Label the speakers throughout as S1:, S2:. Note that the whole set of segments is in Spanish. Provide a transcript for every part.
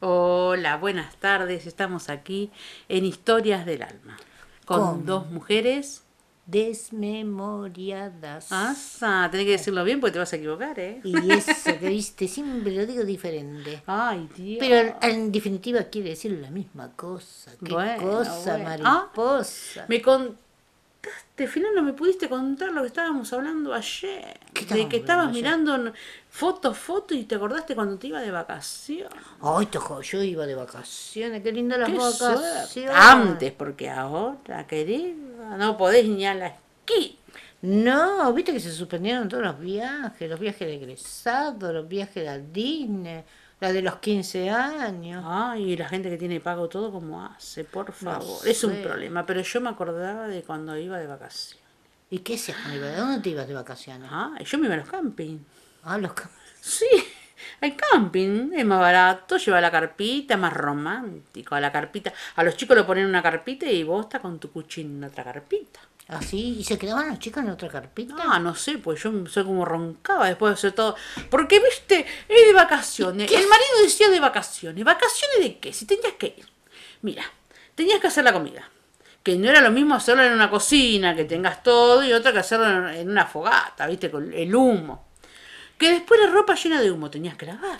S1: Hola, buenas tardes. Estamos aquí en Historias del Alma con
S2: Con-
S1: dos mujeres.
S2: Desmemoriadas.
S1: Ah, tenés que decirlo bien porque te vas a equivocar, ¿eh?
S2: Y eso que viste, siempre lo digo diferente.
S1: Ay, Dios.
S2: Pero en definitiva quiere decir la misma cosa. Qué
S1: Bueno,
S2: cosa,
S1: bueno. Ah.
S2: mariposa.
S1: me contaste, final no me pudiste contar lo que estábamos hablando ayer. de
S2: ¿Qué estábamos
S1: que estabas
S2: hablando ayer?
S1: mirando en- fotos, fotos y te acordaste cuando te iba de vacaciones.
S2: Ay, tojo, yo iba de vacaciones. Qué linda las
S1: Qué suerte.
S2: vacaciones.
S1: Antes, porque ahora, querida, no podés ni a la esquina.
S2: No, viste que se suspendieron todos los viajes, los viajes de egresado, los viajes a Disney, la de los 15 años.
S1: Ay, la gente que tiene pago todo como hace, por favor. Es
S2: sé.
S1: un problema, pero yo me acordaba de cuando iba de vacaciones.
S2: ¿Y qué hacías cuando ibas? ¿De dónde te ibas de vacaciones?
S1: Ah, yo me iba a los camping.
S2: Ah, los cam-
S1: Sí, el camping es más barato, lleva la carpita, más romántico. A la carpita, a los chicos le ponen una carpita y vos estás con tu cuchín en otra carpita.
S2: Ah, sí, y se quedaban los chicos en otra carpita.
S1: Ah, no sé, pues yo soy como roncaba después de hacer todo. Porque, viste, es de vacaciones. El marido decía de vacaciones. ¿Vacaciones de qué? Si tenías que ir. Mira, tenías que hacer la comida. Que no era lo mismo hacerlo en una cocina, que tengas todo, y otra que hacerlo en- en una fogata, viste, con el humo. Que después la ropa llena de humo tenías que lavarla.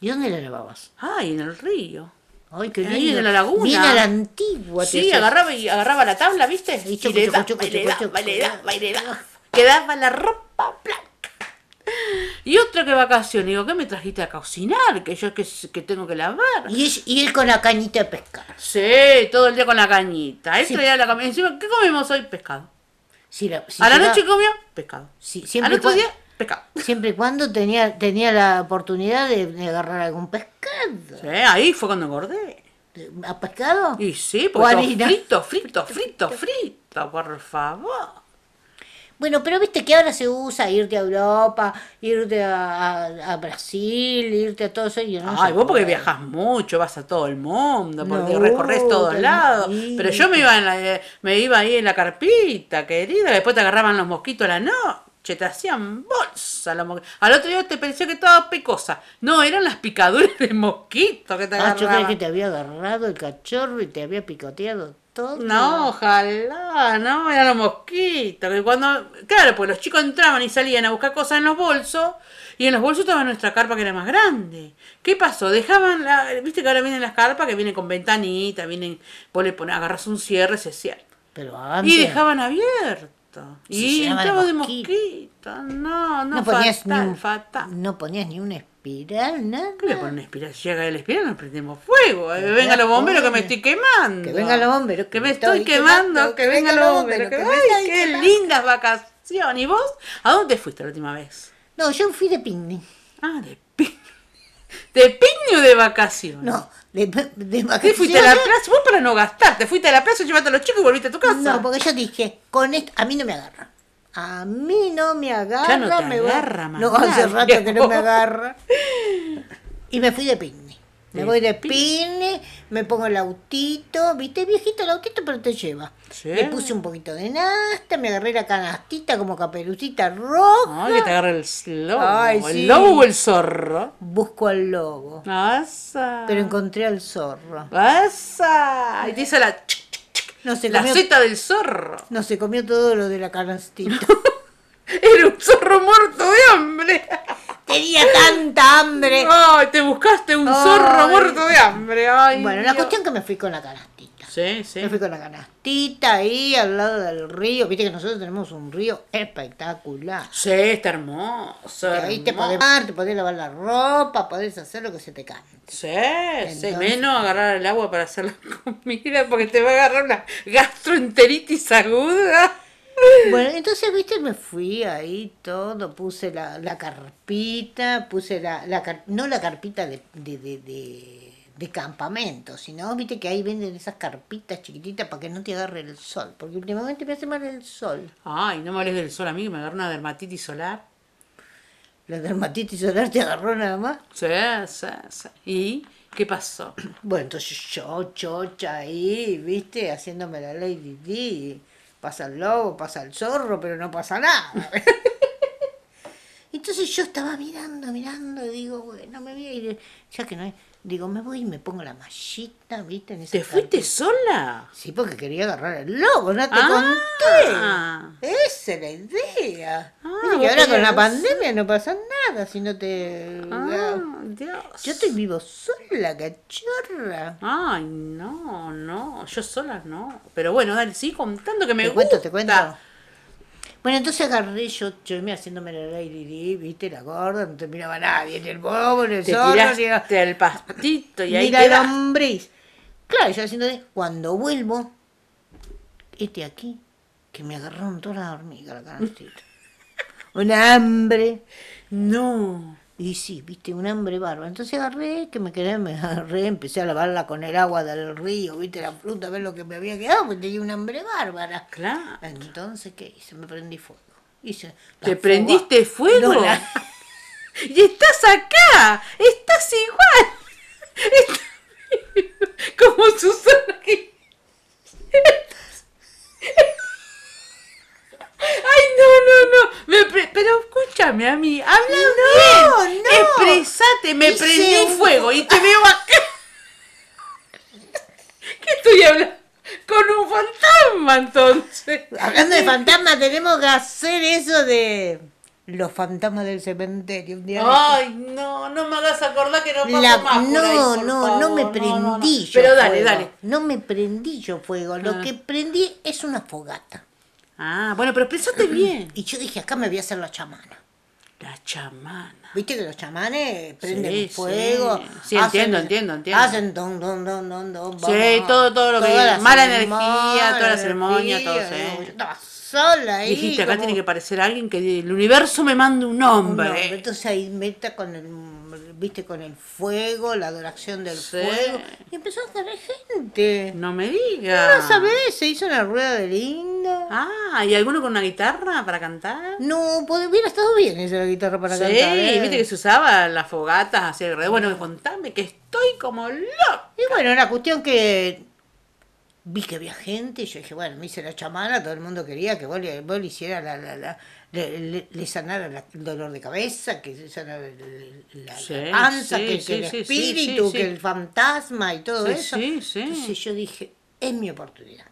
S2: ¿Y dónde la lavabas?
S1: Ay, en el río.
S2: Ay, qué
S1: Ahí
S2: lindo.
S1: en la laguna.
S2: Bien a la antigua. te
S1: Sí,
S2: hacías.
S1: agarraba y agarraba la tabla, ¿viste?
S2: Y
S1: Y,
S2: choco,
S1: le
S2: choco,
S1: daba,
S2: choco,
S1: y le
S2: choco,
S1: daba, y le
S2: choco.
S1: daba, y le daba. Quedaba la ropa blanca. Y otro que vacaciones, digo, ¿qué me trajiste a cocinar? Que yo que, que tengo que lavar.
S2: Y, es- y él con la cañita de pescar.
S1: Sí, todo el día con la cañita. Él
S2: Sí.
S1: traía la comida. Encima, ¿qué comimos hoy? Pescado.
S2: Si la- si
S1: A la
S2: llegaba-
S1: noche comió pescado.
S2: si-
S1: Al
S2: siempre, y
S1: otro
S2: cua-
S1: día, pescado.
S2: siempre y cuando tenía, tenía la oportunidad de, de agarrar algún pescado.
S1: Sí, ahí fue cuando engordé.
S2: ¿A pescado?
S1: Y sí,
S2: O
S1: porque todo
S2: harina.
S1: frito, frito, frito, frito, por favor.
S2: Bueno, pero viste que ahora se usa irte a Europa, irte a, a- a Brasil, irte a todo eso. Y yo no
S1: Ay,
S2: sé
S1: vos porque
S2: por qué.
S1: viajas mucho, vas a todo el mundo, porque
S2: No,
S1: recorres todos
S2: tan
S1: lados.
S2: lindo.
S1: Pero yo me iba, en la- eh, me iba ahí en la carpita, querida. Después te agarraban los mosquitos a la noche, te hacían bolsa. los mosqui- Al otro día te pensé que estaba picosa. No, eran las picaduras de mosquito que te
S2: Ah, yo creía
S1: agarraban.
S2: que te había agarrado el cachorro y te había picoteado todo.
S1: No, ojalá, no, eran los mosquitos. Que cuando, claro, pues los chicos entraban y salían a buscar cosas en los bolsos, y en los bolsos estaba nuestra carpa que era más grande. ¿Qué pasó? Dejaban, la, viste que ahora vienen las carpas que vienen con ventanita, vienen, vos le ponés, agarras un cierre, se cierra.
S2: Pero antes.
S1: Y dejaban abierto.
S2: Se
S1: Y
S2: llenaba de
S1: entraba de
S2: mosquito.
S1: mosquito. No, no,
S2: No ponías,
S1: fatal,
S2: ni un,
S1: fatal.
S2: no ponías ni una espiral, nada.
S1: ¿Qué voy a poner una espiral? Si llega el espiral, nos prendemos fuego. Eh, vengan los bomberos que me estoy quemando.
S2: Que vengan los bomberos,
S1: Que me estoy quemando. Que vengan los bomberos. que-
S2: que me estoy
S1: ¡Ay, qué
S2: quemando!
S1: lindas vacaciones! ¿Y vos? ¿A dónde fuiste la última vez?
S2: No, yo fui de picnic.
S1: Ah, de piño. ¿De piño o de vacaciones?
S2: No, de, de
S1: ¿Qué
S2: vacaciones.
S1: fuiste a la plaza? Vos para no gastar. Te fuiste a la plaza, llevaste a los chicos y volviste a tu casa.
S2: No, porque yo dije, con esto, a mí no me agarra. A mí no me agarra.
S1: Ya no te
S2: me va-
S1: agarra, más
S2: No, hace
S1: nada,
S2: rato que no me
S1: viejo.
S2: agarra. Y me fui de picnic. Me
S1: De
S2: voy de picnic, me pongo el autito, viste, viejito el autito, pero te lleva.
S1: Sí.
S2: Le puse un poquito de nasta, me agarré la canastita como caperucita roja.
S1: Ay, que te agarra el lobo.
S2: Ay, sí.
S1: ¿El lobo o el zorro?
S2: Busco al lobo,
S1: Asa.
S2: pero encontré al zorro.
S1: Asa. Y te hizo la, chuc, chuc, chuc,
S2: No se
S1: la
S2: comió,
S1: seta del zorro.
S2: no se comió todo lo de la canastita.
S1: Era un zorro muerto de hambre.
S2: Tenía tanta hambre.
S1: Ay, te buscaste un
S2: Ay.
S1: zorro muerto de hambre. Ay,
S2: Bueno, la
S1: Dios.
S2: cuestión que me fui con la canastita.
S1: Sí, sí.
S2: Me fui con la canastita ahí al lado del río. Viste que nosotros tenemos un río espectacular.
S1: Sí, está hermoso.
S2: Que ahí te
S1: hermoso.
S2: podés bañar, te podés lavar la ropa, podés hacer lo que se te cante.
S1: Sí, sí,
S2: Entonces-
S1: menos agarrar el agua para hacer la comida porque te va a agarrar una gastroenteritis aguda.
S2: Bueno, entonces, viste, me fui ahí todo, puse la, la carpita, puse la, la car- no la carpita de, de, de, de- de campamento, sino, viste, que ahí venden esas carpitas chiquititas para que no te agarre el sol, porque últimamente me hace mal el sol.
S1: Ay, no me hables del sol a mí que me agarra una dermatitis solar.
S2: La dermatitis solar te agarró nada más.
S1: Sí, sí, sí. ¿Y qué pasó?
S2: Bueno, entonces yo, chocha ahí, viste, haciéndome la Lady D. Pasa el lobo, pasa el zorro, pero no pasa nada. entonces yo estaba mirando, mirando, y digo, bueno, me voy a ir, ya que no hay, Digo, me voy y me pongo la mallita, ¿viste? En ese
S1: ¿Te fuiste
S2: carpet.
S1: sola?
S2: Sí, porque quería agarrar el lobo, no te
S1: Ah.
S2: conté. Esa es la idea.
S1: Ah,
S2: Viste que
S1: vos
S2: ahora con
S1: querías
S2: la
S1: decir-
S2: pandemia no pasa nada si no te...
S1: Ah, Dios.
S2: Yo estoy vivo sola, cachorra.
S1: Ay, no, no, yo sola no. Pero bueno, dale, sí, contando que me
S2: te cuento,
S1: gusta.
S2: te cuento. Bueno, entonces agarré yo, yo me haciéndome la ley, li, li, viste, la gorda, no te miraba nadie, ni el bobo, ni el
S1: Te
S2: zorro, ni la-
S1: tiraste al pastito y ahí
S2: Mira la
S1: quedaste.
S2: lombriz. Claro, yo haciendo de. Cuando vuelvo, este aquí, que me agarraron todas las hormigas, la canastita. un hambre.
S1: No.
S2: Y sí, viste, un hambre bárbaro. Entonces agarré, que me quedé, me agarré, empecé a lavarla con el agua del río, viste, la fruta, a ver lo que me había quedado, porque tenía un hambre bárbara.
S1: Claro.
S2: Entonces, ¿qué hice? Me prendí fuego. Hice la
S1: ¿Te
S2: fuga.
S1: prendiste fuego?
S2: No, la-
S1: Y estás acá. Estás igual. Estás- Como Susana. que- Ay, no, no, no. Me pre- Pero escúchame a mí. Habla
S2: No,
S1: bien.
S2: no.
S1: Expresate. Me
S2: Hice
S1: prendí
S2: un-
S1: fuego y te veo acá. ¿Qué estoy hablando? Con un fantasma, entonces.
S2: Hablando de fantasmas, tenemos que hacer eso de los fantasmas del cementerio. Un día
S1: Ay, no, no me hagas acordar que Oh, no paso
S2: La-
S1: más. por
S2: no,
S1: ahí, por
S2: no,
S1: favor.
S2: no me
S1: no,
S2: prendí
S1: no, no.
S2: yo.
S1: Pero dale,
S2: fuego.
S1: dale.
S2: No me prendí yo fuego. Lo
S1: Ah.
S2: que prendí es una fogata.
S1: Ah, bueno, pero pensate bien.
S2: Y yo dije, acá me voy a hacer la chamana.
S1: La chamana.
S2: Viste que los chamanes prenden
S1: Sí, sí.
S2: fuego.
S1: Sí, entiendo, entiendo, entiendo.
S2: Hacen don, don, don, don, don.
S1: Sí, todo- todo lo que-
S2: Todas las
S1: mala
S2: ceremonias,
S1: energía, toda la ceremonia,
S2: energía,
S1: todo, sí.
S2: Yo estaba sola ahí.
S1: Dijiste, acá
S2: como-
S1: tiene que aparecer alguien que el universo me mande un nombre.
S2: No, entonces ahí meta con el viste con el fuego, la adoración del
S1: Sí.
S2: fuego. Y empezó a caer gente.
S1: No me
S2: No
S1: digas.
S2: sabés, se hizo una rueda de lindo.
S1: Ah, ¿y alguno con una guitarra para cantar?
S2: No, pod- hubiera estado bien esa la guitarra para
S1: sí,
S2: cantar. ¿eh?
S1: viste que se usaba en las fogatas, así alrededor. Bueno, contame que estoy como loco.
S2: Y bueno, la cuestión que vi que había gente y yo dije, bueno, me hice la chamana, todo el mundo quería que vos le, vos le hiciera la, la- la- le, le- le sanara la- el dolor de cabeza, que se sanara el- el- la, la
S1: Sí,
S2: panza,
S1: sí,
S2: que, que
S1: sí,
S2: el
S1: sí, sí,
S2: espíritu,
S1: sí, sí.
S2: que el fantasma y todo
S1: Sí,
S2: eso.
S1: sí, sí.
S2: Entonces yo dije, es mi oportunidad.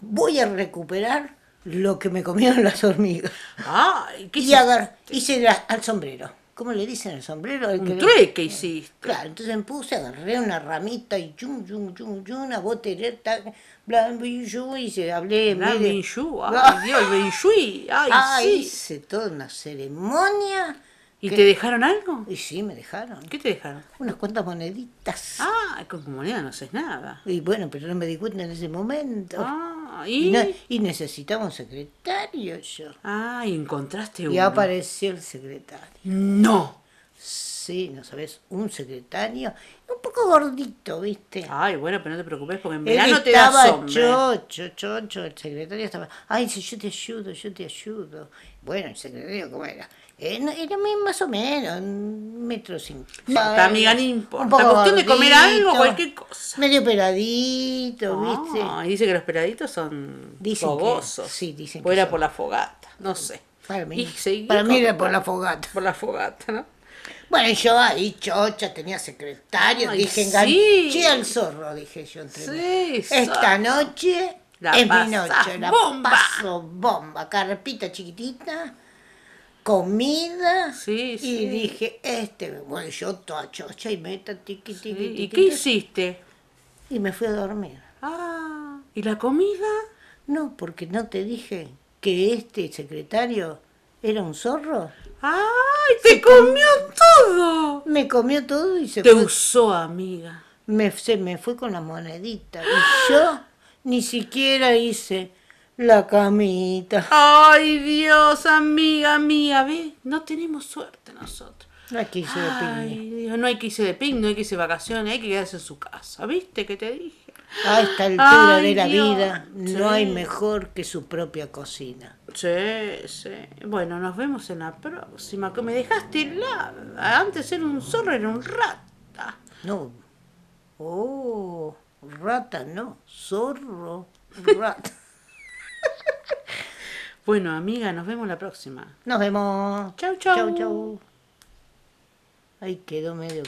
S2: Voy a recuperar lo que me comieron las hormigas.
S1: Ay, ¿qué
S2: Y
S1: hiciste?
S2: agar- hice la- al sombrero. ¿Cómo le dicen el sombrero? El
S1: Un
S2: que-
S1: trueque hiciste.
S2: Claro, entonces me puse, agarré una ramita y yum, yum, yum, yum, una botereta, bla, y yo hice, hablé,
S1: La
S2: mire,
S1: Binyú, ay
S2: No.
S1: Dios, el Binyú, Ah. ay,
S2: ah,
S1: sí.
S2: hice toda una ceremonia
S1: ¿Y
S2: ¿Qué?
S1: te dejaron algo?
S2: y sí, me dejaron
S1: ¿Qué te dejaron?
S2: unas cuantas moneditas.
S1: Ah, con moneda no haces nada.
S2: Y bueno, pero no me di cuenta en ese momento.
S1: Ah,
S2: Y,
S1: y.
S2: no- y necesitaba un secretario yo.
S1: Ah, y encontraste
S2: Y
S1: uno.
S2: apareció el secretario.
S1: No.
S2: Sí, no sabes, un secretario un poco gordito, ¿viste?
S1: Ay, bueno, pero no te preocupes porque en
S2: Él
S1: verano te da
S2: estaba
S1: sombra.
S2: chocho, chocho, el secretario estaba, ay, si yo te ayudo, yo te ayudo. Bueno, el secretario, ¿cómo era? Eh, no, Era mi- más o menos, un metro cincuenta.
S1: Está, amiga, no importa.
S2: Un poco
S1: Cuestión de comer algo,
S2: gordito,
S1: cualquier cosa.
S2: Medio peladito, ¿viste?
S1: Ah, y dice que los peladitos son
S2: Dicen que-
S1: fogosos.
S2: sí, dicen que
S1: O era
S2: son.
S1: por la fogata, no sé.
S2: Para mí,
S1: Y seguí
S2: para mí
S1: con-
S2: era por la fogata.
S1: Por la fogata, ¿no?
S2: Bueno, yo ahí, chocha, tenía secretario,
S1: Ay,
S2: dije,
S1: sí.
S2: enganché al zorro, dije yo entre mí.
S1: Sí,
S2: Esta
S1: son-
S2: noche
S1: La
S2: es mi
S1: pasás
S2: noche, la
S1: bomba.
S2: paso bomba, carpita chiquitita, comida,
S1: Sí,
S2: y
S1: sí.
S2: dije, este, bueno, yo toda chocha y meta tiqui, tiqui, tiqui,
S1: ¿Y qué
S2: tiqui,
S1: hiciste?
S2: y me fui a dormir.
S1: Ah, ¿y la comida?
S2: No, porque no te dije que este secretario era un zorro.
S1: ¡Ay, te comió todo!
S2: Me comió todo y se
S1: Te
S2: fue.
S1: usó, amiga.
S2: me, se me fue con la monedita. Y yo ni siquiera hice la camita.
S1: ¡Ay, Dios, amiga mía! ¿Ves? No tenemos suerte nosotros.
S2: La quise de piña.
S1: Ay, Dios, no hay que irse de ping, no hay que irse de vacaciones, hay que quedarse en su casa. ¿Viste que te dije?
S2: A esta altura
S1: Ay,
S2: de la
S1: Dios.
S2: vida
S1: Sí.
S2: no hay mejor que su propia cocina.
S1: Sí, sí. Bueno, nos vemos en la próxima. Que me dejaste helada. Antes era un zorro, era un rata.
S2: No. Oh, rata no, zorro, rata.
S1: Bueno, amiga, nos vemos la próxima.
S2: Nos vemos.
S1: Chau, chau.
S2: Chau, chau. Ahí quedó medio